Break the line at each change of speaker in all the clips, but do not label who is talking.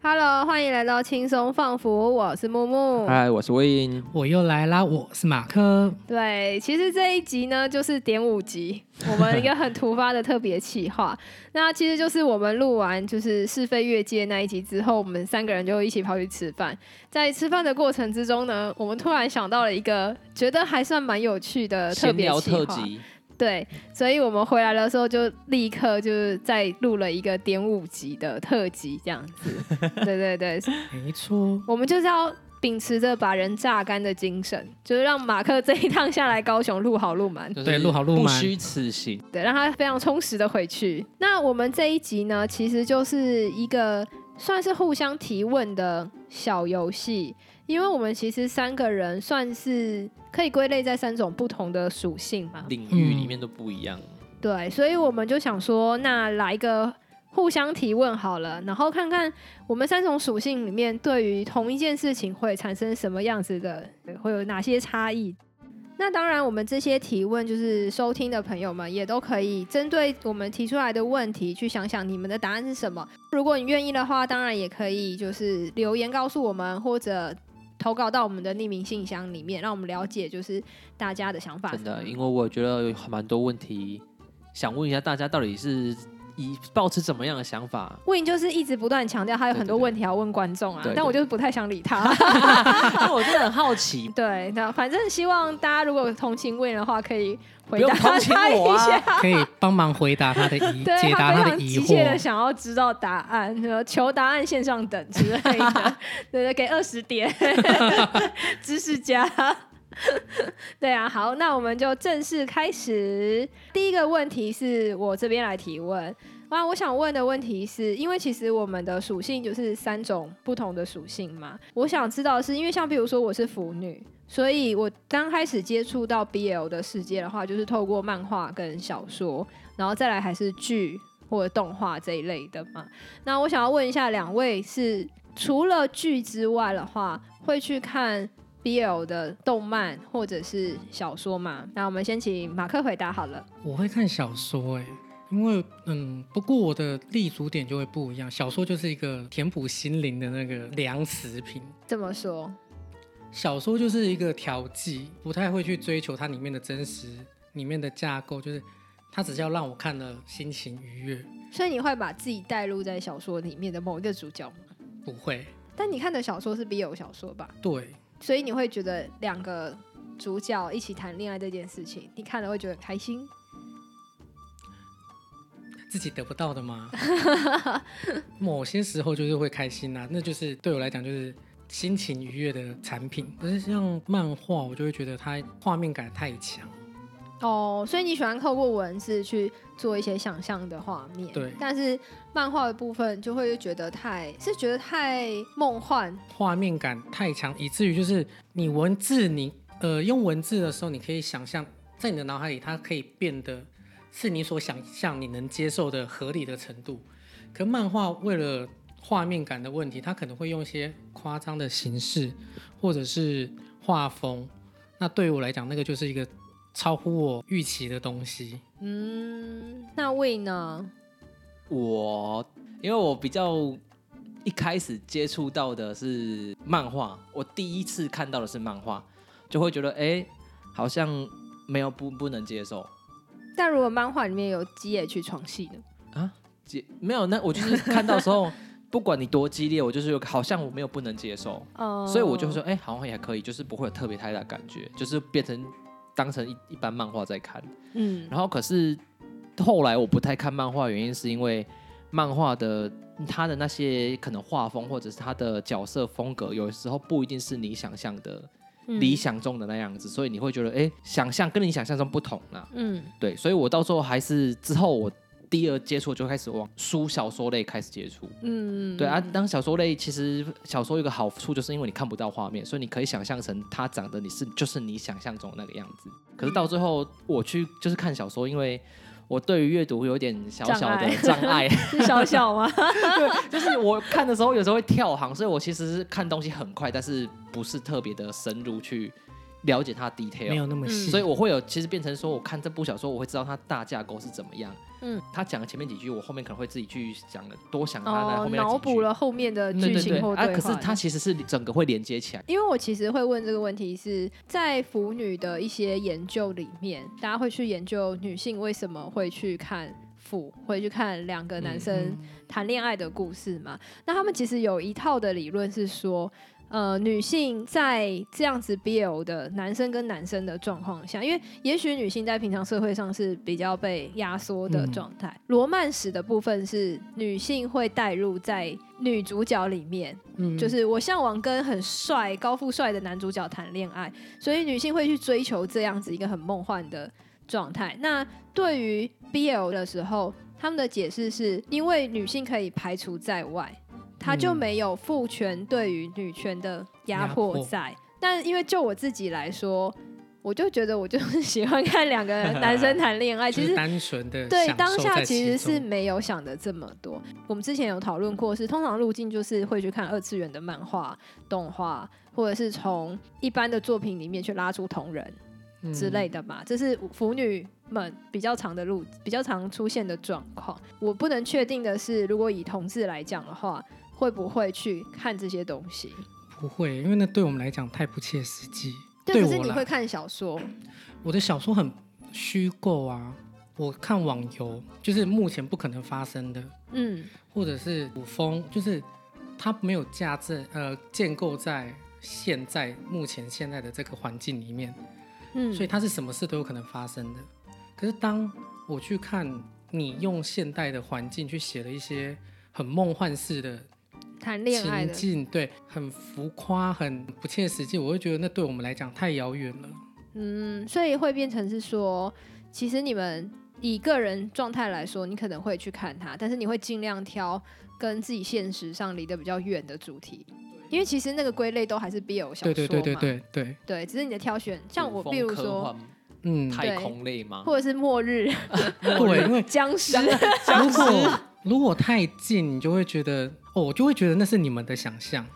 欢迎来到轻松放福，我是木木。
嗨，我是魏英。
我又来啦，我是马克。
对，其实这一集呢，就是点五 集，我们一个很突发的特别企划。那其实就是我们录完就是是非越界那一集之后，我们三个人就一起跑去吃饭。在吃饭的过程之中呢，我们突然想到了一个觉得还算蛮有趣的呃特
闲
别
聊
企划
特。辑，
对，所以我们回来的时候就立刻就是再录了一个点五集的特辑，这样 子。对对对，
没错，
我们就是要秉持着把人榨干的精神，就是让马克这一趟下来高雄录好录满，
就是
对录好录
不
满
虚此行。
对，让他非常充实的回去。那我们这一集呢，其实就是一个算是互相提问的小游戏，因为我们其实三个人算是可以归类在三种不同的属性嘛，
领域里
嗯
面都不一样，
对，所以我们就想说，那来一个互相提问好了，然后看看我们三种属性里面对于同一件事情会产生什么样子的，会有哪些差异。那当然，我们这些提问就是收听的朋友们也都可以针对我们提出来的问题去想想你们的答案是什么。如果你愿意的话，当然也可以就是留言告诉我们，或者投稿到我们的匿名信箱里面，让我们了解就是大家的想法。
真的，因为我觉得有蛮多问题想问一下大家，到底是以抱持怎么样的想法？
魏颖就是一直不断强调他有很多问题要问观众啊，
对对对
但我就是不太想理 他。
啊我真的很好奇，
对，那反正希望大家如果有同情魏颖的话，可以
不
回
用
答
同情
他一
我
下。
啊！
可以帮忙回答他的 疑，
对
解答
他非
的
常
疑
急切的
惑。
想要知道答案，呃求答案线上等之类 的，对对，给二十点，知识家。 对啊，好，那我们就正式开始。第一个问题是我这边来提问。那我想问的问题是，因为其实我们的属性就是三种不同的属性嘛。我想知道的是因为像比如说我是腐女，所以我刚开始接触到 BL 的世界的话，就是透过漫画跟小说，然后再来还是剧或者动画这一类的嘛。那我想要问一下两位是除了剧之外的话，会去看 BL 的动漫或者是小说吗？那我们先请马克回答好了。
我会看小说、欸，因为嗯，不过我的立足点就会不一样。小说就是一个填补心灵的那个良食品，
这么说，
小说就是一个调剂，不太会去追求它里面的真实、里面的架构，就是它只是要让我看了心情愉悦，
所以你会把自己带入在小说里面的某一个主角吗？
不会
但你看的小说是 BL 小说吧？
对。
所以你会觉得两个主角一起谈恋爱这件事情，你看了会觉得很开心。
自己得不到的吗？某些时候就是会开心啊，那就是对我来讲就是心情愉悦的产品。可是像漫画，我就会觉得它画面感太强，
哦，所以你喜欢透过文字去做一些想象的画面，
对
但是漫画的部分就会觉得太是觉得太梦幻，
画面感太强，以至于就是你文字你呃用文字的时候，你可以想象在你的脑海里，它可以变得是你所想象你能接受的合理的程度。可漫画为了画面感的问题，它可能会用一些夸张的形式或者是画风。那对于我来讲，那个就是一个超乎我预期的东西。
嗯，那魏呢？
我因为我比较一开始接触到的是漫画，我第一次看到的是漫画，就会觉得哎、诶好像没有不不能接受
但如果漫画里面有基野去床戏呢？
啊，接没有那我就是看到的时候， 不管你多激烈，我就是有好像我没有不能接受，
哦、
所以我就会说，哎、好像也还可以，就是不会有特别太大的感觉，就是变成当成一一般漫画在看。
嗯，
然后可是后来我不太看漫画，原因是因为漫画的它的那些可能画风或者是它的角色风格，有时候不一定是你想象的、
嗯
理，想中的那样子，所以你会觉得哎，诶想象跟你想象中不同啦、
嗯，
对，所以我到时候还是之后我第二接触就开始往书小说类开始接触。
嗯，
对啊，当小说类其实小说有个好处，就是因为你看不到画面，所以你可以想象成它长得你是就是你想象中的那个样子。可是到最后我去就是看小说，因为我对于阅读有点小小的障 碍，
是小小 吗？
对，就是我看的时候有时候会跳行，所以我其实是看东西很快，但是不是特别的深入去了解它的
没
detail。啊
嗯
有那么细，
所以我会有，其实变成说，我看这部小说，我会知道它大架构是怎么样，
嗯，
他讲的前面几句，我后面可能会自己去想的，多想他的后
哦，
面的
脑
几句
补了后面的
对
剧
对
情后
对，
对
啊，
话。
可是它其实是整个会连接起来。
因为我其实会问这个问题是在腐女的一些研究里面，大家会去研究女性为什么会去看腐，会去看两个男
嗯
生谈恋爱的故事嘛？那他们其实有一套的理论是说。呃，女性在这样子 BL 的男生跟男生的状况下，因为也许女性在平常社会上是比较被压缩的
嗯
状态。罗、曼史的部分是女性会带入在女主角里面，
嗯，
就是我向往跟很帅、高富帅的男主角谈恋爱，所以女性会去追求这样子一个很梦幻的状态。那对于 BL 的时候，他们的解释是因为女性可以排除在外，她就
嗯
没有父权对于女权的压
压
迫
迫
在。但因为就我自己来说，我就觉得我就是 喜欢看两个男生谈恋爱，
就
哎其
是
实
单纯的
对
享
当
受
下
在
其
其
实是
中
没有想的这么多。我们之前有讨论过是，通常路径就是会去看二次元的漫画、动画，或者是从一般的作品里面去拉出同人
嗯
之类的嘛，这是腐女们比较常的路，比较常出现的状况。我不能确定的是，如果以同志来讲的话，会不会去看这些东西？
不会，因为那对我们来讲太不切实际。
对，可是
我
你会
来，
看小说，
我的小说很虚构啊，我看网游就是目前不可能发生的，
嗯，
或者是古风，就是它没有价值，呃，建构在现在目前现在的这个环境里面，
嗯
所以它是什么事都有可能发生的。可是当我去看你用现代的环境去写了一些很梦幻式的
谈恋爱
情
的，
境，对，很浮夸，很不切实际，我会觉得那对我们来讲太遥远了。
嗯，所以会变成是说，其实你们以个人状态来说，你可能会去看它，但是你会尽量挑跟自己现实上离得比较远的主题，因为其实那个归类都还是 BL 小说
对
嘛，
对对对对对，
对只是你的挑选， 像我，
古风
比如
科
说，
幻
嗯，
太空类吗？
或者是末日
对，因为
僵尸，
如果如果太近，你就会觉得，哦，我就会觉得那是你们的想象，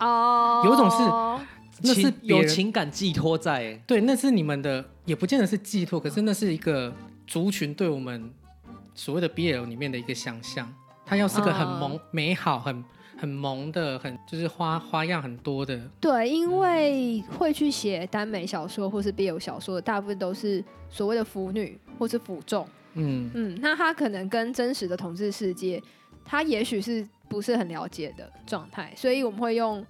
哦，
有一种是那是
情
别
有
人
情感寄托在，
对，那是你们的，也不见得是寄托，可是那是一个族群对我们所谓的 BL 里面的一个想象。它要是个
哦
很萌、美好、很很萌的、很就是花花样很多的，
对，因为会去写耽美小说或是 BL 小说的，大部分都是所谓的腐女或是腐众。
嗯，
嗯，那他可能跟真实的同志世界，他也许是不是很了解的状态，所以我们会用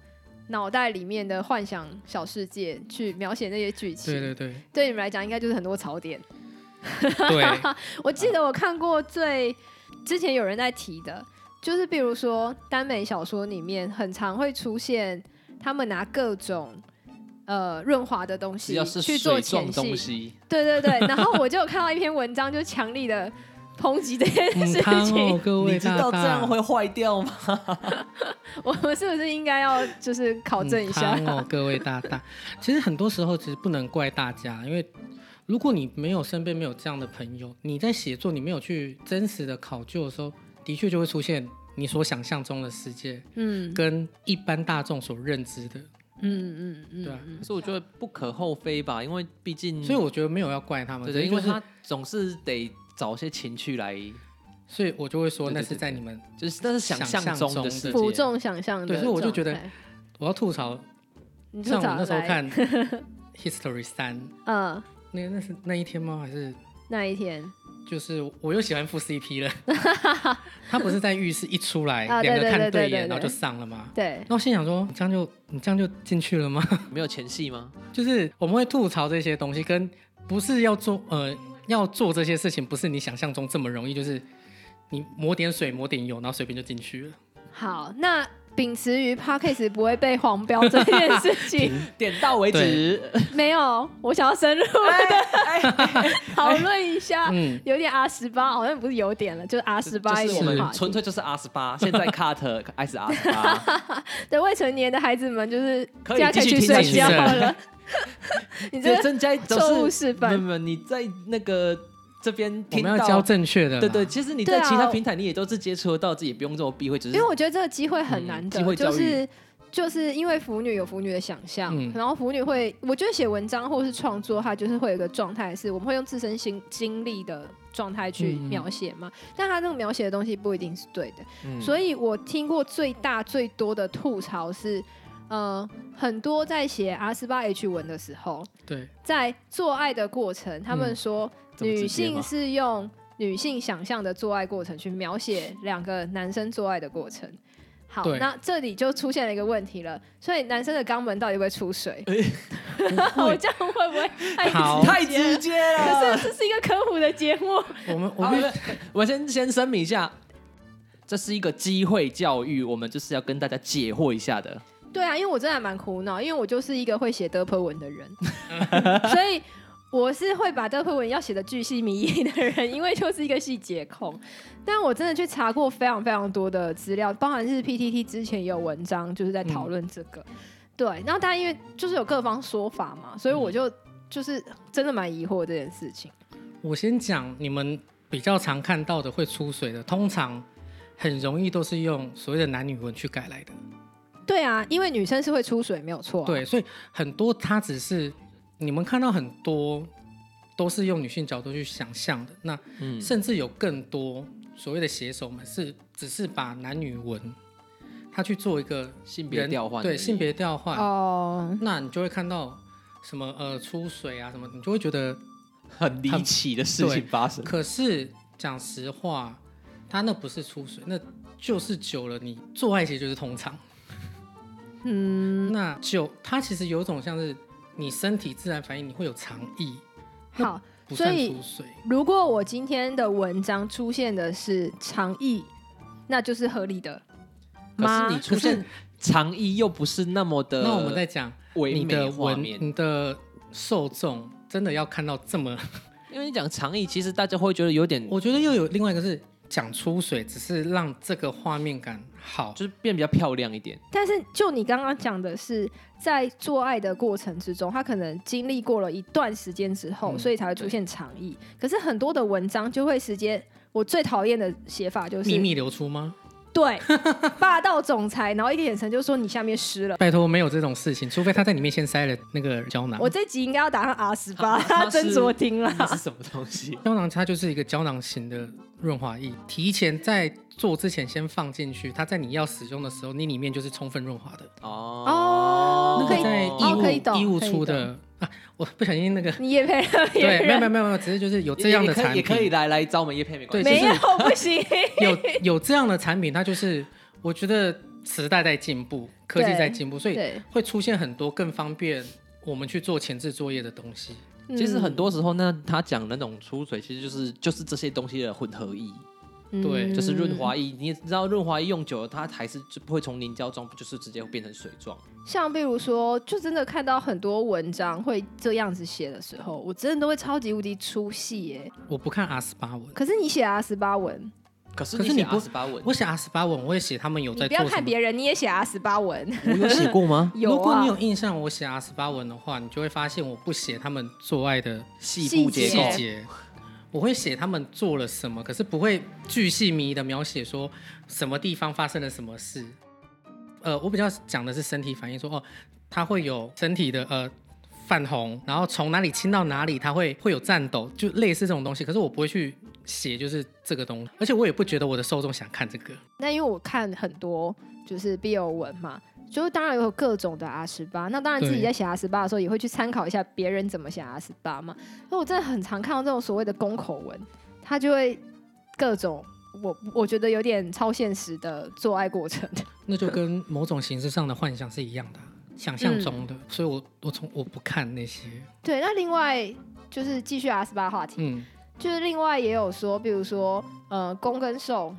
脑袋里面的幻想小世界去描写那些剧情。
对 对对
对你们来讲，应该就是很多槽点。
对，
我记得我看过最之前有人在提的，就是比如说耽美小说里面很常会出现他们拿各种呃润滑的东
只
西
要是
去做
水
前
状
戏
东，西，
对对对，然后我就有看到一篇文章，就强力的抨击这件
嗯，
事
汤
情。
哦，各位
你知
大
道这
大，
样会坏掉吗？
我们是不是应该要就是考证一下？
嗯汤 哦，各位大大。其实很多时候其实不能怪大家，因为如果你没有身边没有这样的朋友，你在写作你没有去真实的考究的时候，的确就会出现你所想象中的世界
嗯
跟一般大众所认知的。
嗯嗯嗯，
对啊
嗯
所以我觉得不可厚非吧，因为毕竟，
所以我觉得没有要怪他们，
嗯对
只
对，
是
因为
就是
他总是得找些情趣来，
所以我就会说
对对对
那是在你们，
就是那是想象中的世
想象中的
负
界。
重想象的
对
状态，
所以我就觉得我要吐槽，
你就
像我
找
那时候
来，
看 History 三，
嗯，
那那是那一天吗？还是
那一天
就是我又喜欢 副 CP 了？他不是在浴室一出来
啊，对
两个看
对对对对
眼，
对
然后就上了吗？
对
然后心想说，你这样就你这样就进去了吗？
没有前戏吗？
就是我们会吐槽这些东西，跟不是要做呃要做这些事情，不是你想象中这么容易，就是你抹点水抹点油，然后随便就进去了。
好，那秉持于 p a c k a g e 不会被黄标这件事 情，
点到为 止。
没有，我想要深入
哎
的 讨论一下，
嗯，
有点 R 十八，好像不是有点了，就是 R 十八一
就是我
点话
们
题
纯粹就是 R 十 八，现在 cut 开始 R 十八，
对未成年的孩子们，就是
可以
现在可以
继续
去
听下
睡
去
觉 了。 你这
这增加都
错误
是
示范
没有没有，你在那个这边
我
听到
们要教正确的啦，
对对，其实你
对
在
啊
其他平台你也都是接触得到，自己也不用这么避讳，只是
因为我觉得这个机会很难得，
嗯机会
就
教育
是就是因为腐女有腐女的想象，
嗯
然后腐女会，我觉得写文章或是创作，它就是会有一个状态，是我们会用自身经经历的状态去
嗯嗯
描写嘛。但他那个描写的东西不一定是对的，
嗯
所以我听过最大最多的吐槽是，呃，很多在写 R 十八 H 文的时候，
对，
在做爱的过程，他们
嗯
说
这么直接
女性
吗
是用女性想象的做爱过程去描写两个男生做爱的过程。好，
对
那这里就出现了一个问题了，所以男生的肛门到底会不会出水？
不
我
会
这样会不会太
好
太直接 了。
可是这是一个科普的节目，
我们我
好
们
我我先先声明一下，这是一个机会教育，我们就是要跟大家解惑一下的。
对啊，因为我真的还蛮苦恼，因为我就是一个会写德普文的人，所以我是会把德普文要写的巨细靡遗的人，因为就是一个细节控。但我真的去查过非常非常多的资料，包含是 PTT 之前也有文章就是在讨论这个。对，然后大家因为就是有各方说法嘛，所以我就、就是真的蛮疑惑这件事情。
我先讲你们比较常看到的会出水的，通常很容易都是用所谓的男女文去改来的。
对啊，因为女生是会出水，没有错、啊。，
对，所以很多它只是你们看到很多都是用女性角度去想象的，那
嗯，
甚至有更多所谓的写手们是只是把男女文他去做一个
性别
人
调换而已，
对性别调换，
哦、
那你就会看到什么呃出水啊什么，你就会觉得
很离
很
奇的事
对
情发生。
可是讲实话，他那不是出水，那就是久了你做爱其实就是通常。嗯，那久它其实有一种像是你身体自然反应，你会有肠意，
好，
不
所
算
以
出水。
如果我今天的文章出现的是长意，那就是合理的
可
吗
是你出
可
现长衣又不是那么的，
那我们再讲
唯
你
美
的
画
文，
面，
你的受众真的要看到这么，
因为你讲长衣，其实大家会觉得有点
我觉得又有另外一个是讲出水，只是让这个画面感好。
就是变比较漂亮一点。
但是就你刚刚讲的是，在做爱的过程之中，他可能经历过了一段时间之后，
嗯
所以才会出现长意。可是很多的文章就会直接，我最讨厌的写法就是
秘密流出吗？
对霸道总裁，然后一个眼神就说你下面湿了。
拜托，没有这种事情，除非他在里面先塞了那个胶囊。
我这集应该要打上 R 十八，
他他是
斟酌听了。
那是什么东西？
胶囊它就是一个胶囊型的润滑液，提前在做之前先放进去，它在你要使用的时候，你里面就是充分润滑的。
哦
那
可
个
以
在
哦可以
衣
懂
物衣物
可以
出的啊，我不小心那个
你 也配了别
对，没有
人
没有没有没有，只是就是有这样
也
的
可以
产
也可以
品，
来来找我们叶配没关
对
系。
没
就是
有不行。
有有这样的产品，它就是我觉得时代在进步，科技
对
在进步，所以
对，
会出现很多更方便我们去做前置作业的东西。
其实很
嗯
多时候，那他讲那种出水，其实就是就是这些东西的混合液，
对
嗯
就是润滑液。你也知道，润滑液用久了，它还是就不会从凝胶状，就是直接会变成水状。
像比如说，就真的看到很多文章会这样子写的时候，我真的都会超级无敌出戏耶。
我不看 R 十八文，
可是你写 R 十八文，
可是
可是
你
你不
十八 文，
我写 R 十八文，我会写他们有
你
在
不
做
要
什
看
么
别人，你也写 R 十八 文，？
我有写过吗
有啊。
如果你有印象，我写 R 十八文的话，你就会发现我不写他们做爱的
细
细
部结
节
细
构，
节，我会写他们做了什么，可是不会巨细靡遗的描写说什么地方发生了什么事。呃，我比较讲的是身体反应，说哦，它会有身体的呃泛红，然后从哪里亲到哪里，它会会有颤抖，就类似这种东西。可是我不会去写就是这个东西，而且我也不觉得我的受众想看这个。
那因为我看很多就是 BL 文嘛，就是当然有各种的 R 十八，那当然自己
对
在写 R 十八的时候也会去参考一下别人怎么写 R 十八嘛。那我真的很常看到这种所谓的公口文，他就会各种我我觉得有点超现实的做爱过程。
那就跟某种形式上的幻想是一样的啊、想象
嗯
中的。所以我我从我不看那些，
对，那另外就是继续 R 十八话题，
嗯，
就是另外也有说，比如说呃，公跟受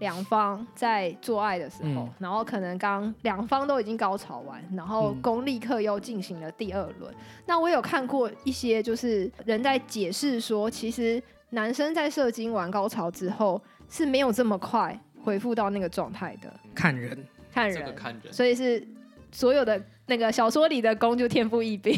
两方在做爱的时候，
嗯
然后可能刚两方都已经高潮完，然后
嗯
公立课又进行了第二轮。那我有看过一些就是人在解释说，其实男生在射精完高潮之后是没有这么快恢复到那个状态的，
看人。
看
这
人，
个看人。
所以是所有的那个小说里的公就天赋异禀，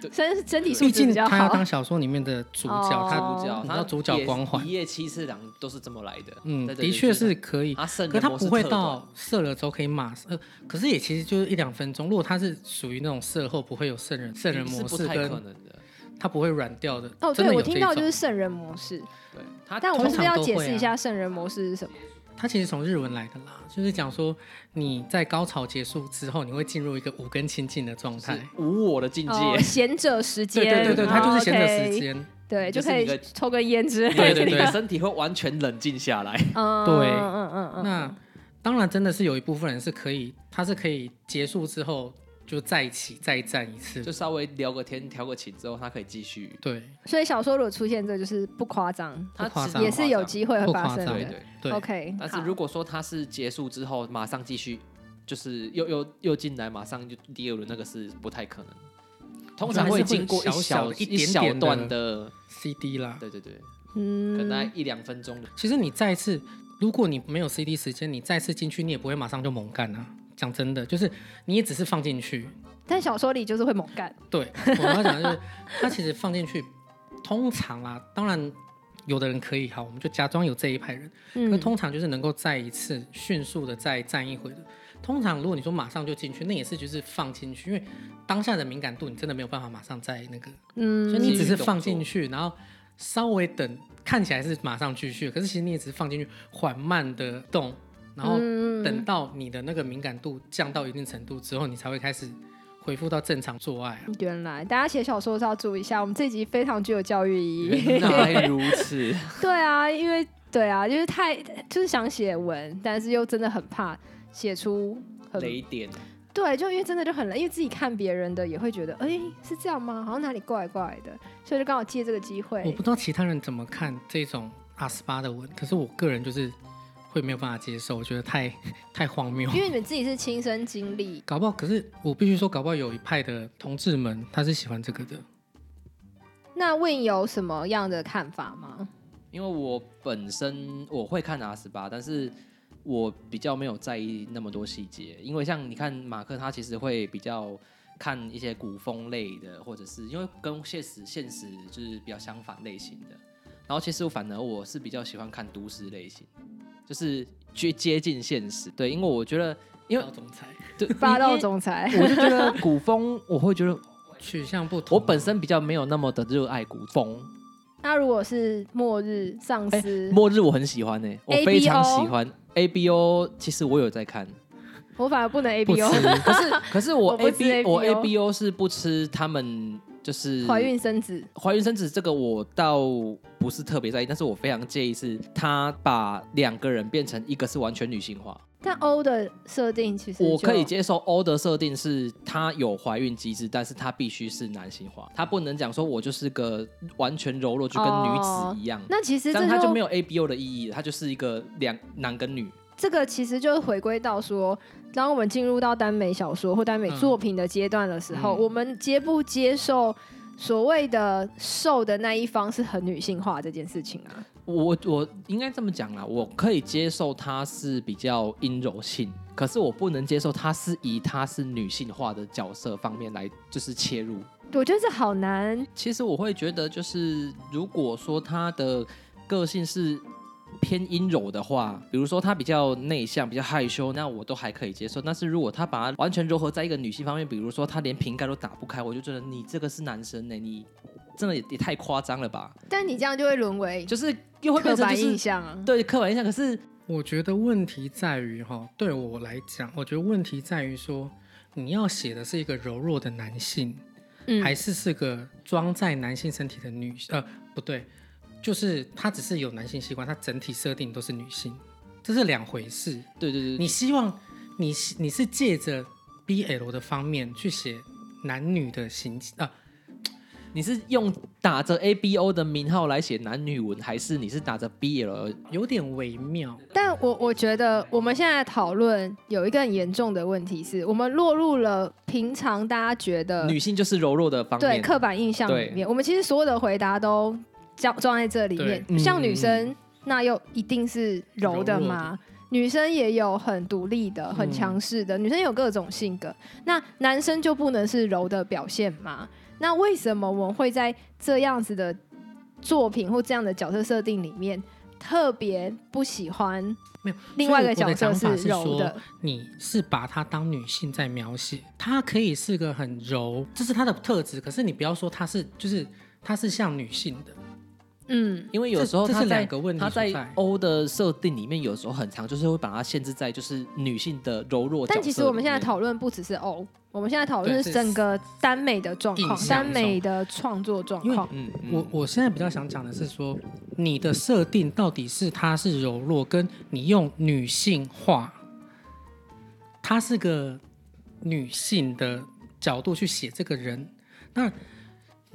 对
身身体素
毕
质比
竟
较
他要
好
当。小说里面的主角，
哦
他
主角，
你知
他
道主角
也
光环
一夜七次郎都是这么来的。
嗯，
对
的确是，可以
对对就是。他胜，
可他不会到射了之后可以马上，呃，可是也其实就是一两分钟。如果他是属于那种射后不会有圣人圣人模
嗯是
式，
不太可
跟
能的。
他不会软掉的。
哦，对，
真的
我
有这
听
一
到就是
种。啊
圣人模式，
对他，
但我们是不是要
通常
解
都会
啊
释一下圣人模式是什么？
它其实从日文来的啦，就是讲说你在高潮结束之后，你会进入一个五根清净的状态
是。无我的境
哦，
界。
闲者时间，
对对对对，它就是闲着
哦
时
，OK，
间。
对，就
就是
可
你
以
的
抽个烟之类的。
对对对，身体会完全冷静下来。
嗯，
对
嗯嗯嗯嗯，
那当然，真的是有一部分人是可以，他是可以结束之后就在一起再战一 次
就。稍微聊个天、调个情之后，他可以继续。
对
所以小说如果出现这，就是不夸张，
他
夸
其实
张
也是有机会会
不
发
夸
生
张
对
的。
对。
对
OK，
但是
好
如果说他是结束之后马上继续，就是又又又进来，马上就第二轮，那个是不太可能。通常会经过一
小小
小
的一点点
小
的
段的，
，CD 啦。
对对对，可能大
嗯
概，一两分钟的。
其实你再次，如果你没有 CD 时间，你再次进去，你也不会马上就猛干啊。讲真的，就是你也只是放进去。
但小说里就是会猛干，
对，我要讲的就是，他其实放进去，通常啦，当然有的人可以，好，我们就假装有这一派人。那
嗯，
通常就是能够再一次迅速的再战一回的。通常如果你说马上就进去，那也是就是放进去，因为当下的敏感度你真的没有办法马上再那个，
嗯
所以你只是放进去，然后稍微等，看起来是马上继续，可是其实你也只是放进去，缓慢的动，然后
嗯
等到你的那个敏感度降到一定程度之后，你才会开始恢复到正常做爱啊。
嗯原来大家写小说是要注意一下，我们这集非常具有教育意义。
原来如 此，
对啊，因为对啊，就是太就是想写文，但是又真的很怕写出很
雷点。
对，就因为真的就很累，因为自己看别人的也会觉得，哎、是这样吗？好像哪里怪怪的，所以就刚好借这个机
我
会
不。知道其他人怎么看这种阿斯巴的文，可是我个人就是会没有办法接受，我觉得太 太荒谬。
因为你们自己是亲身经历，
搞不好，可是我必须说，搞不好有一派的同志们他是喜欢这个的。
那 Win 有什么样的看法吗？
因为我本身我会看 R 十八，但是我比较没有在意那么多细节，因为像你看马克，他其实会比较看一些古风类的，或者是因为跟现实现实就是比较相反类型的。然后其实我反而我是比较喜欢看都市类型，就是去接近现实。对，因为我觉得，因为
高总裁
对
霸道，
因
总裁，
为我就觉得古风，我会觉得
取向不同，
我本身比较没有那么的热爱古风。
那如果是末日丧
哎
尸，
末日我很喜欢呢、欸我
ABO
非常喜欢 A B O。其实我有在看，
我反而不能
不
ABO
吃。
可 是可是我
我
A
不吃
B 我 A
ABO
B O 是不吃他们就是
怀孕生子，
怀孕生子这个我倒不是特别在意，但是我非常介意是他把两个人变成一个是完全女性化，
但 O 的设定其实
我
就
可以接受 O 的设定是他有怀孕机制，但是他必须是男性化，他不能讲说我就是个完全柔弱就跟女
哦
子一样。
那其实这
这样他
就
就没有 A B O 的意义了，他就是一个两男跟女，
这个其实就是回归到说，当我们进入到耽美小说或耽美作品的阶段的时候，
嗯
我们接不接受所谓的受的那一方是很女性化这件事情啊？
我我应该这么讲啦，我可以接受她是比较阴柔性，可是我不能接受她是以她是女性化的角色方面来就是切入。
我觉得这好难，
其实我会觉得，就是如果说她的个性是偏阴柔的话，比如说她比较内向、比较害羞，那我都还可以接受。但是如果她把它完全柔合在一个女性方面，比如说她连瓶盖都打不开，我就觉得你这个是男生呢、欸你真的也也太夸张了吧？
但你这样就会沦为
就是又会变
刻
成
板
就
印
是。
象啊。
对刻板印象，可是
我觉得问题在于哈，对我来讲，我觉得问题在于说，你要写的是一个柔弱的男性，
嗯
还是是个装在男性身体的女？呃，不对，就是他只是有男性器官，他整体设定都是女性，这是两回事。
对对对，
你希望你是你是借着 BL 的方面去写男女的形啊、
你是用打着 A B O 的名号来写男女文，还是你是打着 B L？
有点微妙。
但我我觉得我们现在讨论有一个很严重的问题是，我们落入了平常大家觉得
女性就是柔弱的方
呃对
面，
刻板印象里
对
面，我们其实所有的回答都装装在这里面。
对
像女
嗯
生，那又一定是柔的吗？女生也有很独立的、很
嗯
强势的，女生有各种性格。那男生就不能是柔的表现吗？那为什么我们会在这样子的作品或这样的角色设定里面特别不喜欢
没有
另外一
所
个
以我
角色
的想法是
柔
说
的？
你是把她当女性在描写，她可以是个很柔，这是她的特质。可是你不要说她是，就是她是像女性的，
嗯，
因为有时候
这这
他
是
在
两个问题
他
所
在
在。
欧的设定里面，有时候很长，就是会把它限制在就是女性的柔弱角色里面。
但其实我们现在讨论不只是欧，我们现在讨论
对
是
是
整个耽美的状况
印，象
耽美的创作状
因为
况。
嗯，嗯，
我我现在比较想讲的是说，你的设定到底是她是柔弱，跟你用女性化，她是个女性的角度去写这个人，那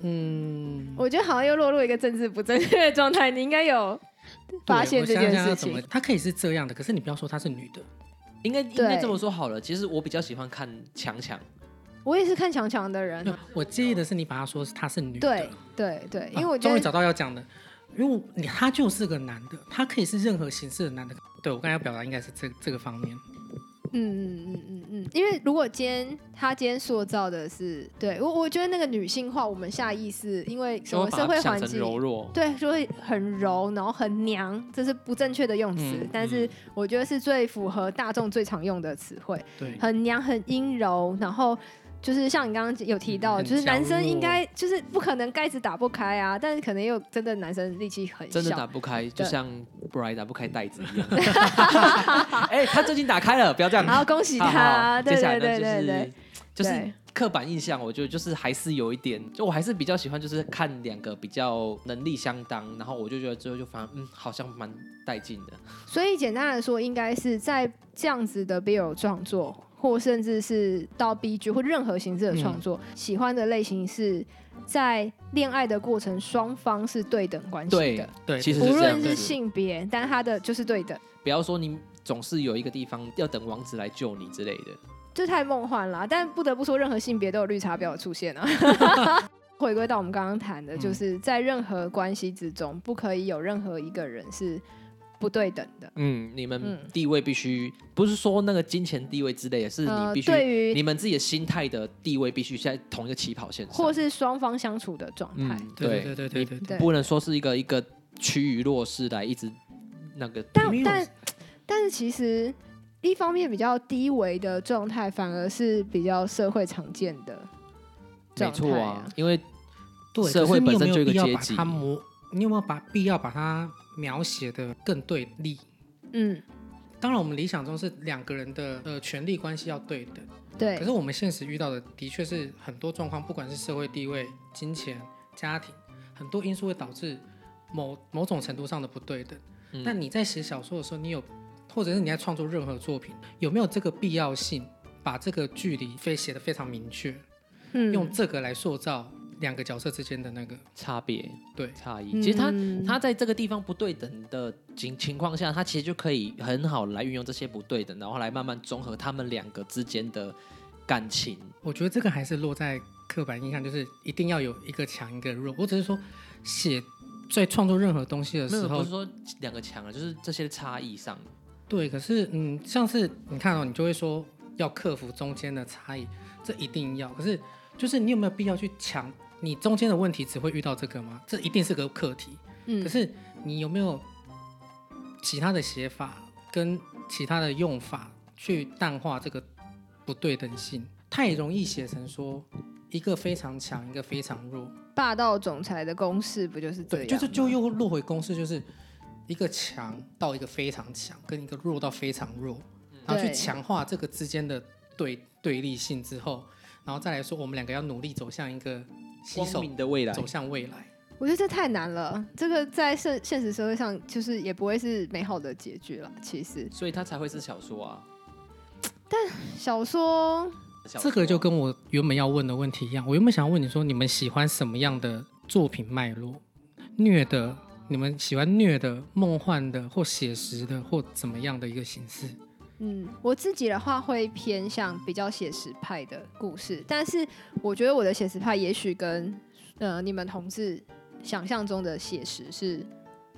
嗯，
我觉得好像又落入一个政治不正确的状态，你应该有发
对
现
我
这
想
件
想要
事
怎么
情。
她可以是这样的，可是你不要说她是女的，
应该应该
对
这么说好了。其实我比较喜欢看强强，
我也是看强强的人啊
没，有我介意的是你把她说是她是女的，
嗯对对对，因为
啊
我觉
终于
得
找到要讲的，因为我他就是个男的，他可以是任何形式的男的。对我刚才要表达应该是这这个方 面，
嗯嗯嗯嗯嗯，因为如果今天他今天塑造的是对我，我觉得那个女性化，我们下意识因为什
就
么
会把
社会
它想
环
成
境。
柔弱。
对，就会很柔，然后很娘，这是不正确的用词，
嗯
但是我觉得是最符合大众最常用的词汇，
对，
很娘，很阴柔，然后就是像你刚刚有提到，
嗯很
就是男生
娇弱
应该就是不可能盖子打不开啊，但是可能也有真的男生力气很小，
真的打不开，就像 Brian 打不开袋子 一样。 哎、他最近打开 了，不要这样。
好恭喜
好
他，
好
对
接下来
对
呢
对对对
是，就是
对
刻板印象，我觉得就是还是有一点，就我还是比较喜欢就是看两个比较能力相当，然后我就觉得最后就发现，嗯，好像蛮带劲的。
所以简单来说，应该是在这样子的 BL 创作，或甚至是到 BG 或任何形式的创作，
嗯
喜欢的类型是在恋爱的过程，双方是对等关系的
对，
对，
其实
无
是这样
论
子
是性别，但他的就是对等，
不要说你总是有一个地方要等王子来救你之类的。
这太梦幻了啊。但不得不说，任何性别都有绿茶婊的出现啊。 回归到我们刚刚谈的，
嗯
就是在任何关系之中，不可以有任何一个人是不对等的。
嗯，你
嗯
们地位必须不是说那个金钱地位之类的，是你
呃，
必须、
对于
你们自己的心态的地位必须在同一个起跑线上，
或是双方相处的状态。
嗯，
对对对对对
对
对。
不能说是一个一个趋于弱势来一直那个。
没
但
有
但但是其实一方面比较低维的状态，反而是比较社会常见的状
没
态、
错啊，因为
对，
社会本身就有一个阶级
他磨，你有没有把必要把它描写的更对立？
嗯，
当然，我们理想中是两个人的呃权利关系要对等，
对
可，是我们现实遇到的的确是很多状况，不管是社会地位、金钱、家庭，很多因素会导致某某种程度上的不对等。
嗯
那你在写小说的时候，你有，或者是你在创作任何作品，有没有这个必要性，把这个距离非写的非常明确，
嗯
用这个来塑造两个角色之间的那个
差别
对
差异，其实他
嗯
他在这个地方不对等的情情况下，他其实就可以很好来运用这些不对等，然后来慢慢综合他们两个之间的感情。
我觉得这个还是落在刻板印象，就是一定要有一个强一个弱。我只是说写。在创作任何东西的
没
时
有，
候
不是，说两个强啊，就是这些差异上。
对，可是嗯，像是你看哦，你就会说要克服中间的差异，这一定要。可是就是你有没有必要去抢？你中间的问题只会遇到这个吗？这一定是个课题。
嗯
可是你有没有其他的写法跟其他的用法去淡化这个不对等性？太容易写成说一个非常强，一个非常弱。
霸道总裁的公式不就是这
对，
样？
就是就
嗯
又落回公式，就是一个强到一个非常强，跟一个弱到非常弱，
嗯
然后去
对
强化这个之间的对对立性之后，然后再来说我们两个要努力走向一个携
光
手
明的未来
走向未来。
我觉得这太难了，这个在现现实社会上就是也不会是美好的结局了。其实
所以他才会是小说啊。
小说
小说
这个就跟我原本要问的问题一样，我原本想要问你说你们喜欢什么样的作品脉络？虐的，你们喜欢虐的、梦幻的或写实的或怎么样的一个形式？
哦
嗯，我自己的话会偏向比较写实派的故事，但是我觉得我的写实派也许跟呃你们同志想象中的写实是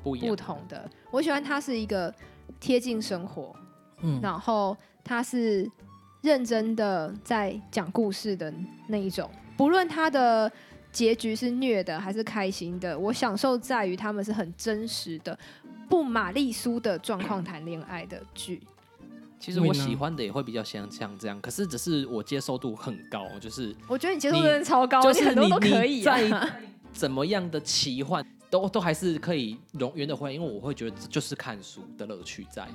不一样，
不同的。我喜欢它是一个贴近生活，
嗯
然后他是认真的在讲故事的那一种，不论他的结局是虐的还是开心的，我享受在于他们是很真实的。不玛丽苏的状况谈恋爱的剧，
其实我喜欢的也会比较像像这样，可是只是我接受度很高，就是
我觉得你接受
你
度真的超高，
就
哦你
是
很多
你
都可以、啊。
你在怎么样的奇幻都都还是可以容圆的回来，因为我会觉得这就是看书的乐趣在。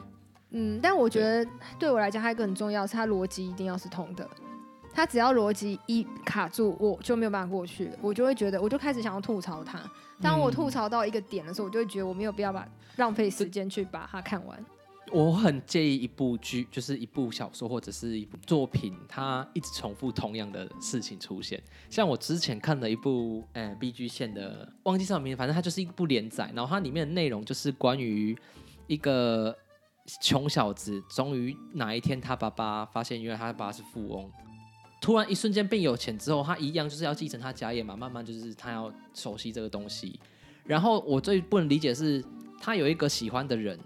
嗯，但我觉得对我来讲，还有一个很重要是，它逻辑一定要是通的。它只要逻辑一卡住，我就没有办法过去了，我就会觉得，我就开始想要吐槽它。当我吐槽到一个点的时候，我就会觉得我没有必要把浪费时间去把它看完。
我很介意一部剧，就是一部小说或者是一部作品，它一直重复同样的事情出现。像我之前看了一部，呃，B G 线的，忘记什么名字，反正它就是一部连载，然后它里面的内容就是关于一个穷小子，终于哪一天他爸爸发现，原来他爸爸是富翁。突然一瞬间变有钱之后，他一样就是要继承他家业嘛，慢慢就是他要熟悉这个东西。然后我最不能理解是，他有一个喜欢的人，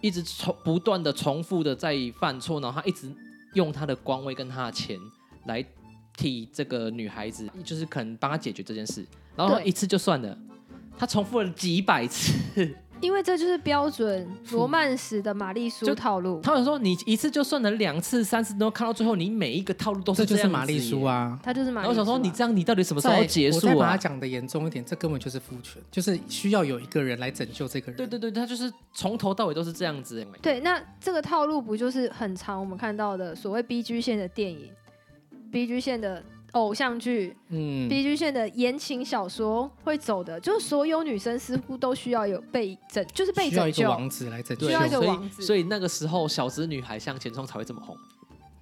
一直重不断的重复的在犯错，然后他一直用他的官位跟他的钱来替这个女孩子，就是可能帮她解决这件事，然后
对
一次就算了，他重复了几百次。
因为这就是标准罗曼史的玛丽苏
就
套路。
他们说你一次就算了两次、三次，都看到最后，你每一个套路都
这
是
就是
样子
玛丽苏
耶。
啊。
它就是玛
然
丽
后
苏、啊。
我想说，你这样你到底什么时候
再
结
我再
束
把它
啊？
讲的严重一点，这根本就是父权，就是需要有一个人来拯救这个人。
对对对，他就是从头到尾都是这样子耶。
对，那这个套路不就是很常我们看到的所谓 B G 线的电影、B G 线的偶像剧、
嗯，
B G 线的言情小说会走的，就是所有女生似乎都需要有被拯，就是被
需要
拯
一个
救。
王子来拯救
对，
需要一个
所
王子
以所以那个时候，小资女孩向前冲才会这么红，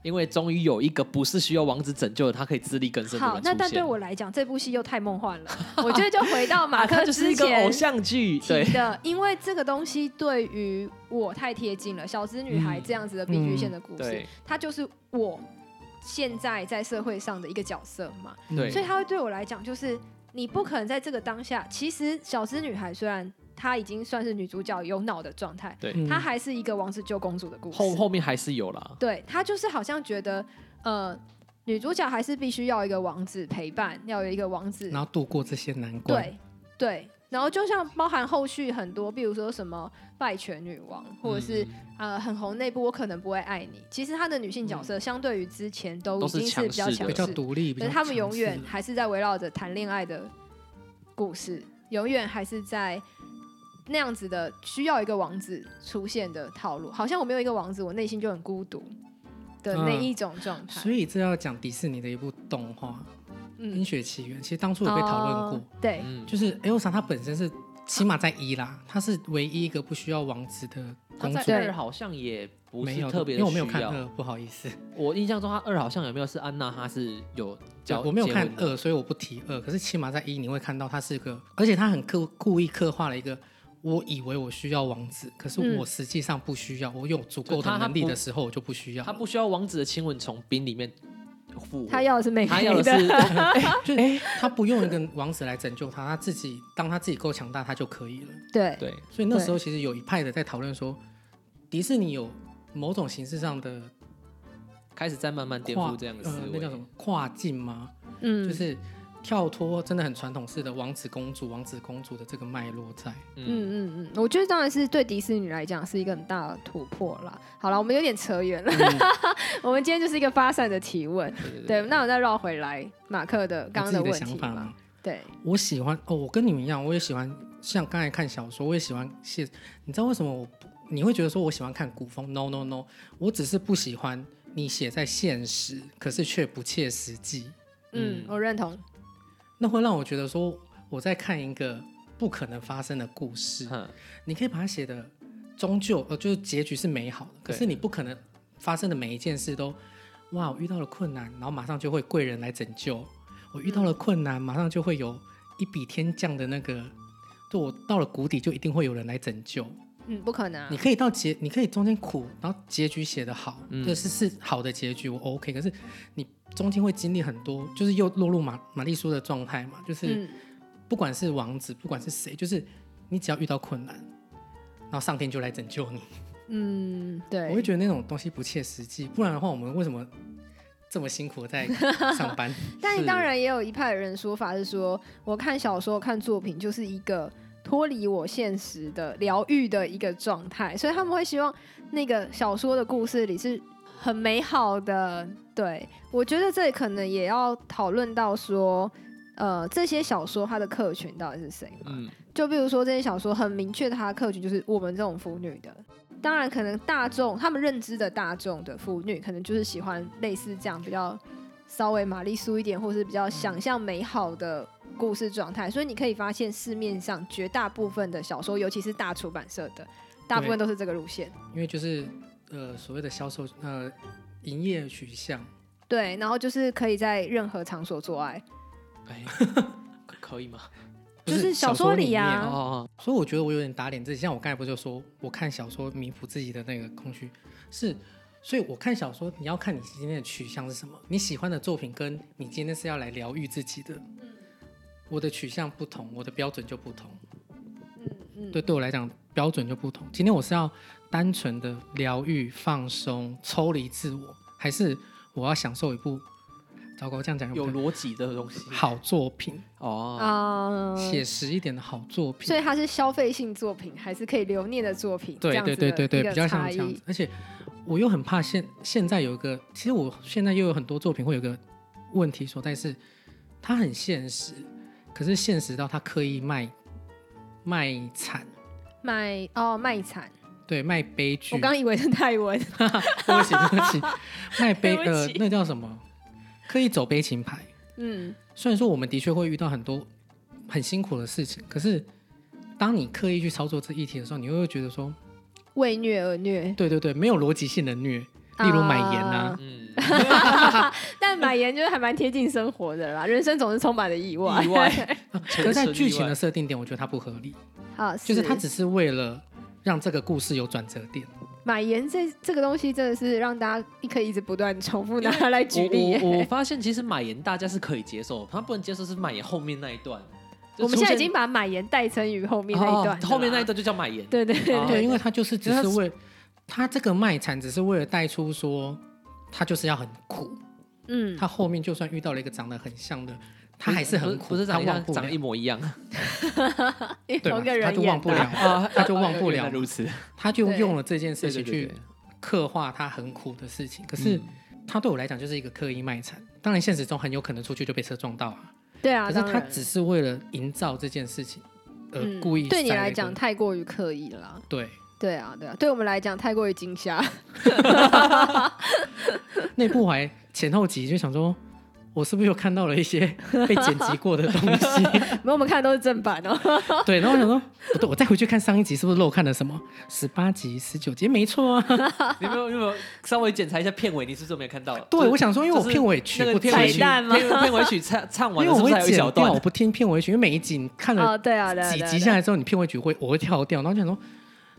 因为终于有一个不是需要王子拯救的，她可以自力更生的人
好
出，现。
那但对我来讲，这部戏又太梦幻了。我觉得就回到马
啊，
克
它就是
之
一个
前
偶像剧，对
提，的，因为这个东西对于我太贴近了。小资女孩
嗯
这样子的 B G 线的故事，
对
它就是我现在在社会上的一个角色嘛。
对
所以他会对我来讲，就是你不可能在这个当下。其实小资女孩虽然她已经算是女主角有脑的状态，
对
嗯
她还是一个王子救公主的故事。
后后面还是有啦。
对她就是好像觉得，呃，女主角还是必须要一个王子陪伴，要有一个王子。
然后度过这些难关。
对对，然后就像包含后续很多，比如说什么拜权女王，或者是、
嗯
呃很红那部我可能不会爱你。其实她的女性角色相对于之前都已
都是
经是比较
强势
强
的
比较
势，
独立，比
可
较
是他们
强
永
势
远还是在围绕着谈恋爱的故事，永远还是在那样子的需要一个王子出现的套路。好像我没有一个王子，我内心就很孤独的那一种状态。
嗯所以这要讲迪士尼的一部动画《冰
嗯，
雪奇缘》，其实当初有被讨论过，
哦对，
嗯，
就是 Elsa 她本身是起码在一啦，她是唯一一个不需要王子的
他
公
在
主。
对
二好像也不
没
是
有
特别
因
的需要，
为我没有看二，不好意思，
我印象中他二好像有没有是安娜，她是有
对
交
我没有
结
看
婚的
二，所以我不提二。可是起码在一你会看到她是个，而且她很刻故意刻画了一个，我以为我需要王子，可是
嗯
我实际上不需要，我有足够
就她
的
她
能力
不
的时候我就不需要了。
他不需要王子的亲吻从冰里面复活，
他要的是美
他
美
要的
的，
是
就哎，他不用一个王子来拯救他，他自己当他自己够强大，他就可以了。
对
对
所以那时候其实有一派的在讨论说，迪士尼有某种形式上的
开始在慢慢颠
跨
覆这样的思
呃，那
维
叫什。么跨境吗？
嗯，
就是跳脱真的很传统式的王子公主、王子公主的这个脉络在。
嗯，
嗯嗯嗯，我觉得当然是对迪士尼来讲是一个很大的突破啦。好了，我们有点扯远了，
嗯
我们今天就是一个发散的提问。
对对
对，那我再绕回来马克的刚刚
我自己
问
想
题
法
嘛。
嘛，
对，
我喜欢哦，我跟你们一样，我也喜欢像刚才看小说，我也喜欢写。你知道为什么我不你会觉得说我喜欢看古风？No No No，我只是不喜欢你写在现实，可是却不切实际。
嗯，我认同。
那会让我觉得说我在看一个不可能发生的故事。
哼
你可以把它写的终究呃，就是结局是美好的，可
对
是你不可能发生的每一件事都哇，我遇到了困难，然后马上就会贵人来拯救。我遇到了困难，马上就会有一笔天降的那个，就我到了谷底就一定会有人来拯救。
嗯，不可能、啊
你。可以到结，你可以中间苦，然后结局写得好，
嗯
这是是好的结局，我 OK。可是你中间会经历很多，就是又落入玛玛丽苏的状态嘛，就是
嗯，
不管是王子，不管是谁，就是你只要遇到困难，然后上天就来拯救你。
嗯，
我会
对，
觉得那种东西不切实际，不然的话，我们为什么这么辛苦地在上班？
但
是
当然也有一派人说法是说，我看小说、看作品就是一个脱离我现实的疗愈的一个状态，所以他们会希望那个小说的故事里是很美好的。对我觉得这可能也要讨论到说，呃，这些小说它的客群到底是谁嘛？
嗯，
就比如说这些小说很明确，它的客群就是我们这种腐女的。当然，可能大众他们认知的大众的腐女，可能就是喜欢类似这样比较稍微玛丽苏一点，或是比较想象美好的故事状态。所以你可以发现，市面上绝大部分的小说，尤其是大出版社的，大部分都是这个路线。
因为就是呃所谓的销售呃营业取向，
对，然后就是可以在任何场所做爱，
哎，可可以吗？
不
就是
是
小
小
说
说
里
里面
啊
哦，哦，
所以我觉得我有点打脸自己。像我刚才不就说，我看小说弥补自己的那个空虚，是，所以我看小说，你要看你今天的取向是什么，你喜欢的作品跟你今天是要来疗愈自己的，我的取向不同，我的标准就不同。
嗯
对，对我来讲标准就不同。今天我是要单纯的疗愈、放松、抽离自我，还是我要享受一部？糟糕，这样讲
哦
又
有
不太
逻辑的东西。
好作品，
哦，
啊、
写实一点的好作品
所。以它是消费性作品，还是可以留念的作品？这
对
样
对
子
对
的
对
一
对，
个
比较像
差
这样
异
子。而且我又很怕现现在有一个，其实我现在又有很多作品会有一个问题所在是，它很现实，可是现实到它刻意卖卖惨，
卖哦卖惨，
对，卖悲剧。
我刚以为是泰文，
对不起对不起，卖 悲
对不
呃
起
那叫什么？刻意走悲情牌。
嗯，
虽然说我们的确会遇到很多很辛苦的事情，可是当你刻意去操作这议题的时候，你又会觉得说，
为虐而 虐，
对对对，没有逻辑性的虐，例如买盐呐、啊。
嗯，
但买盐就是还蛮贴近生活的啦，人生总是充满了意外。
意外，
可是在 剧
纯纯
情
意
的
外
设定点，我觉得它不合理，
啊，
就是它只是为了让这个故事有转折点。
买盐这这个东西真的是让大家可以一直不断重复拿它来举例耶。
我我我发现其实买盐大家是可以接受，他不能接受是买盐后面那一段。就
我们现在已
出现
经把买盐代称于后面那一段了
哦
啦，
后面那一段就叫买盐。
对，对对
哦
对
对，因为它就是只
就是是
为它这个卖惨，只是为了带出说它就是要很苦，
嗯，
它后面就算遇到了一个长得很像的，它还是很苦，
不是
它
长
忘
得
不
长
了
得一。模一样
因为
对嘛
同一个
他
人
就忘
演
不
的啊。
了，
啊
他就忘不了
原来，如此。
他就
对
用了这件事
对对
情
对嗯
去
对，
刻画他很苦的事情。可
可
是他对我来讲就是一个刻意卖惨，当然现实中很有可能出去就被车撞到啊。
对啊，
可是
当
他
然
只是为了营造这件事情而
嗯
故意塞了
对
一个。
你来讲太过于刻意了啦。
对，
对啊，对啊，对我们来讲太过于惊吓。
那部还前后集就想说，我是不是又看到了一些被剪辑过的东 西？
没有，我们看的都是正版哦。
对，然后我想说，不对，我再回去看上一集是不是漏看了什么？十八集、十九集，没错啊。
你有没有有没有稍微检查一下片尾？你是不是没有看到？
对，
就
我想说，因为我
就是
片尾曲
那个
不
片
听
尾
彩
曲，
蛋吗
片片尾曲 唱唱完
因为
了
我
是不
会
是还有一
剪
小
掉，
段
我？不听片尾曲，因为每一集你看了
哦，对啊，对啊，
几
对啊
集下来之后，你片尾曲会我会跳掉，然后就想说，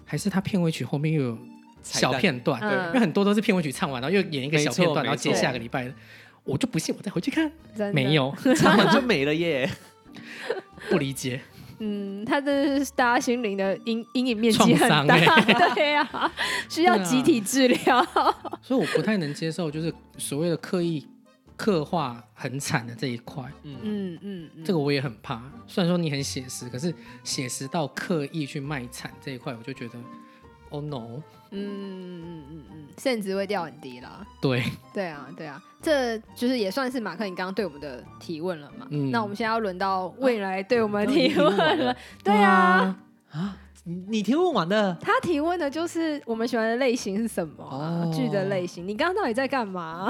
还是他片尾曲后面又有
彩
小
蛋
片段，
嗯
因为很多都是片尾曲唱完，然后又演一个小片段，
没错
然后接
没错
下个礼拜的。我就不信，我再回去看，
真的
没有
唱完就没了耶。
不理解，
嗯，它真的是大家心灵的阴阴影面积很大，
创伤 欸
对呀、需要集体治疗。
所以我不太能接受，就是所谓的刻意刻画很惨的这一块，
嗯，
嗯嗯嗯，
这个我也很怕。虽然说你很写实，可是写实到刻意去卖惨这一块，我就觉得，Oh no，
嗯嗯嗯嗯，甚至会掉很低啦。
对，
对啊，对啊，这就是也算是马克你刚刚对我们的提问了嘛。
嗯
那我们现在要轮到未来对我们
啊
的提问
都已经提
了。
问了
对啊，
你你提问完了。
他提问的就是我们喜欢的类型是什么啊、
哦
剧的类型。你刚刚到底在干嘛？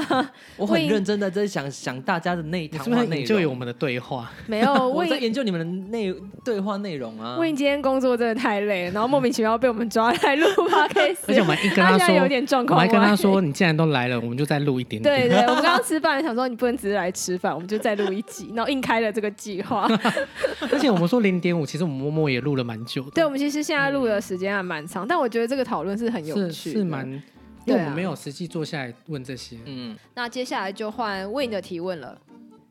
我
问
很认真的在想想大家的内
你
谈
是不
话
是
内
你就有我
容，
们的 对话？
没有
我
问
在研究你们的内对话内容啊。
问今天工作真的太累了，然后莫名其妙被我们抓来录 podcast，
而且我们一跟
他
他
现在
说
有点状
我
况，
还跟他。说，你既然都来了，我们就再录一点点。
对对，我们刚刚吃饭，想说你不能只是来吃饭，我们就再录一集，然后硬开了这个计划。
而且我们说零点五，其实我们默默也录了蛮久的，
对，我们其实现在录的时间还蛮长，但我觉得这个讨论是很有
是
趣
是
的
蛮，因为我
对啊
们没有实际坐下来问这些。
嗯，
那接下来就换 Win 的提问了。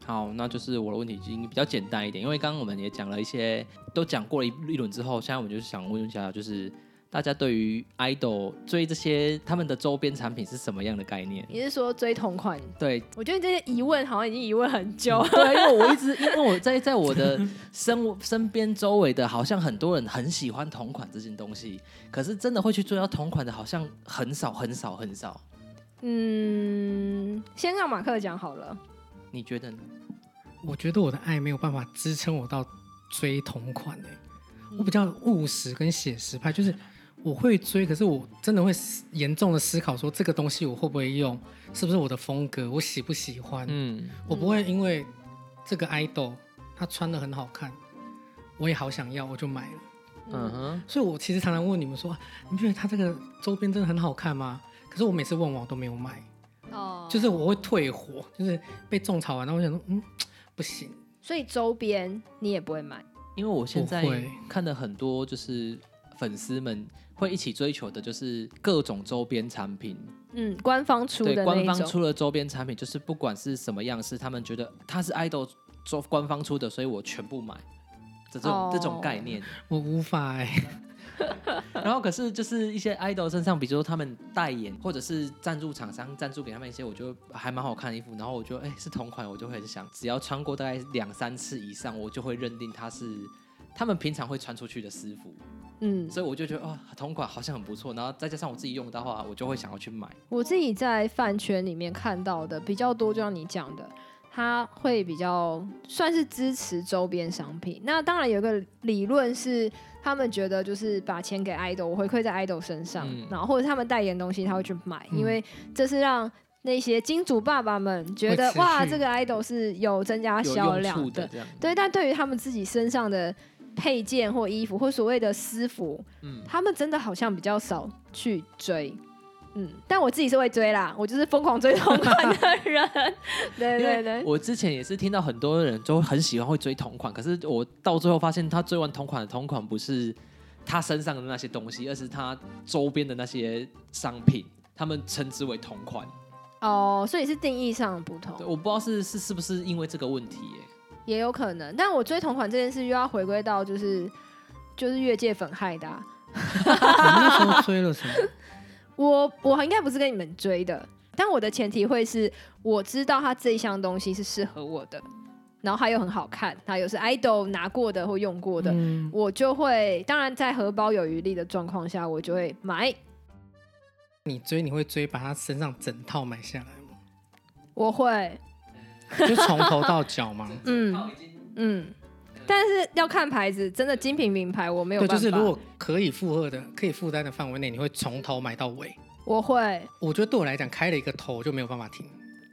好，那就是我的问题已经比较简单一点，因为刚刚我们也讲了一些，都讲过了一一轮之后，现在我们就是想问一下，就是大家对于 idol 追这些他们的周边产品是什么样的概念？
你是说追同款？
对，
我觉得你这些疑问好像已经疑问很久。
对啊，因为我一直因为我在在我的身 身边周围的，好像很多人很喜欢同款这件东西，可是真的会去追到同款的，好像很少很少很少。
嗯，先让马克讲好了。
你觉得呢？
我觉得我的爱没有办法支撑我到追同款诶、我比较务实跟写实派，就是我会追，可是我真的会思严重的思考说这个东西我会不会用，是不是我的风格，我喜不喜欢，
嗯，
我不会因为这个 idol 他穿的很好看，我也好想要，我就买了。
嗯哼，
所以我其实常常问你们说，啊你觉得他这个周边真的很好看吗？可是我每次问完我都没有买，
哦，
就是我会退火，就是被种草完，然后我想说，嗯，不行，
所以周边你也不会买。
因为我现在
不会
看了很多，就是粉丝们会一起追求的，就是各种周边产品。
嗯，官方出
对，
的那
官
一
方
种。
出了周边产品，就是不管是什么样式，他们觉得它是 idol 做官方出的，所以我全部买。这种、这
哦
种概念，
我无法哎、
然后可是就是一些 idol 身上，比如说他们代言，或者是赞助厂商赞助给他们一些，我觉得还蛮好看的衣服，然后我觉得哎、是同款，我就会很想，只要穿过大概两三次以上，我就会认定它是他们平常会穿出去的私服，
嗯，
所以我就觉得哦，同款好像很不错，然后再加上我自己用的话，我就会想要去买。
我自己在饭圈里面看到的比较多，就像你讲的，他会比较算是支持周边商品。那当然有一个理论是，他们觉得就是把钱给 idol，我回馈在 idol 身上，
嗯
然后或者他们代言东西他会去买，
嗯
因为这是让。那些金主爸爸们觉
会
得
持续
哇，这个 idol 是有增加
有
啊销
用
量
处
的，
这样，
对，但对于他们自己身上的配件或衣服或所谓的私服，
嗯
他们真的好像比较少去追。嗯，但我自己是会追啦，我就是疯狂追同款的人。 对
因
对
为
对，
我之前也是听到很多人都很喜欢会追同款，可是我到最后发现，他追完同款的同款不是他身上的那些东西，而是他周边的那些商品，他们称之为同款。
哦，所以是定义上的不同
对，，我不知道是是是不是因为这个问题耶、
也有可能。但我追同款这件事又要回归到就是就是越界粉害的啊、
我那时候追了什么？
我我应该不是跟你们追的，但我的前提会是我知道它这一项东西是适合我的，然后它又很好看，它又是 idol 拿过的或用过的，
嗯，
我就会，当然在荷包有余力的状况下，我就会买。
你追你会追把他身上整套买下来吗？
我会，
就从头到脚吗？
嗯嗯，但是要看牌子，真的精品名牌我 没有
对，
办法。
就是如果可以负荷的、可以负担的范围内，你会从头买到尾。
我会，
我觉得对我来讲，开了一个头我就没有办法停，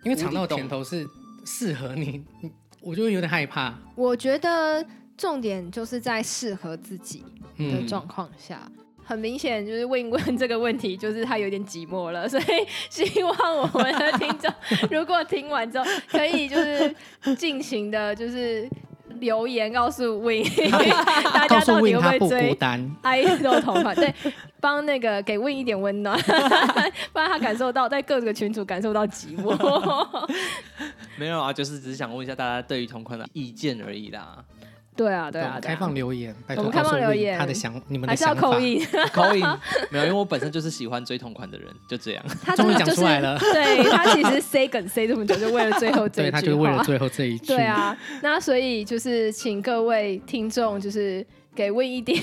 因为尝到甜头是适合你，你我就会有点害怕。
我觉得重点就是在适合自己的
嗯，
状况下。很明显，就是问一问这个问题，就是他有点寂寞了，所以 希望我们的听众，如果听完之后，可以就是尽情的，就是留言告诉 Win，大
告
家
诉
到底
Win 他
会
不
不会追 E
孤单，
idol 同款，对，帮那个给 Win 一点温暖， 不然他感受到在各个群组感受到寂寞。
没有啊，就是只是想问一下大家对于同款的意见而已 啦。
对啊，对
我
啊，
们
对啊
开放留言，拜托
我们开放
告诉
留
Win
言
他的想你们
还
的
是要
想
口
法。
音，
口音没有，因为我本身就是喜欢追同款的人，就这样。
他真
终于
的
讲
就
出
是
来了，
对他其实 say 梗 say 这么久，就为了最后这
对，
一
他就
句
是为了
话。
最后这一句。
对，啊，那所以就是请各位听众就是给 Win 一点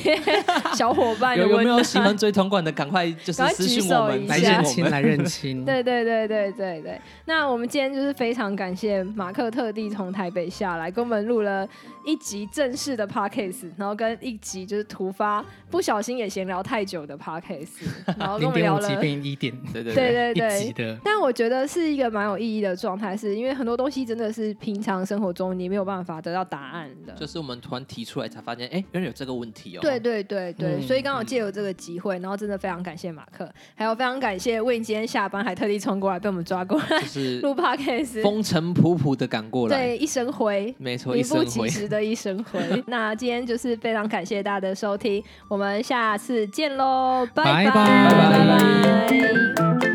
小伙伴的
有有
温
没有
暖。
喜欢追同款的，赶快就是
赶快
私
举
信
手
我们，
一下
私信
来认
我
亲，
们。
来认 亲。
对对对对对对，那我们今天就是非常感谢马克特地从台北下来，跟我们录了一集正式的 podcast，然后跟一集就是突发不小心也闲聊太久的 podcast，然后跟
零
我们
点
聊
五级
了，
变一点
对对
对
对，
对
一级
对。
的，
但我觉得是一个蛮有意义的状态，是因为很多东西真的是平常生活中你没有办法得到答案的。
就是我们突然提出来才发现，哎，原来有这个问题哦。
对对对对，
嗯
所以刚好借由这个机会，然后真的非常感谢马克，还有非常感谢魏今天下班还特地冲过来被我们抓过来
就是
录 podcast，
风尘仆仆的赶过来，
对，一身灰，
没错，一
名不
身
其
灰，
实的一身灰。 那今天就是非常感谢大家的收听，我们下次见喽，拜
拜
拜
拜
拜
拜拜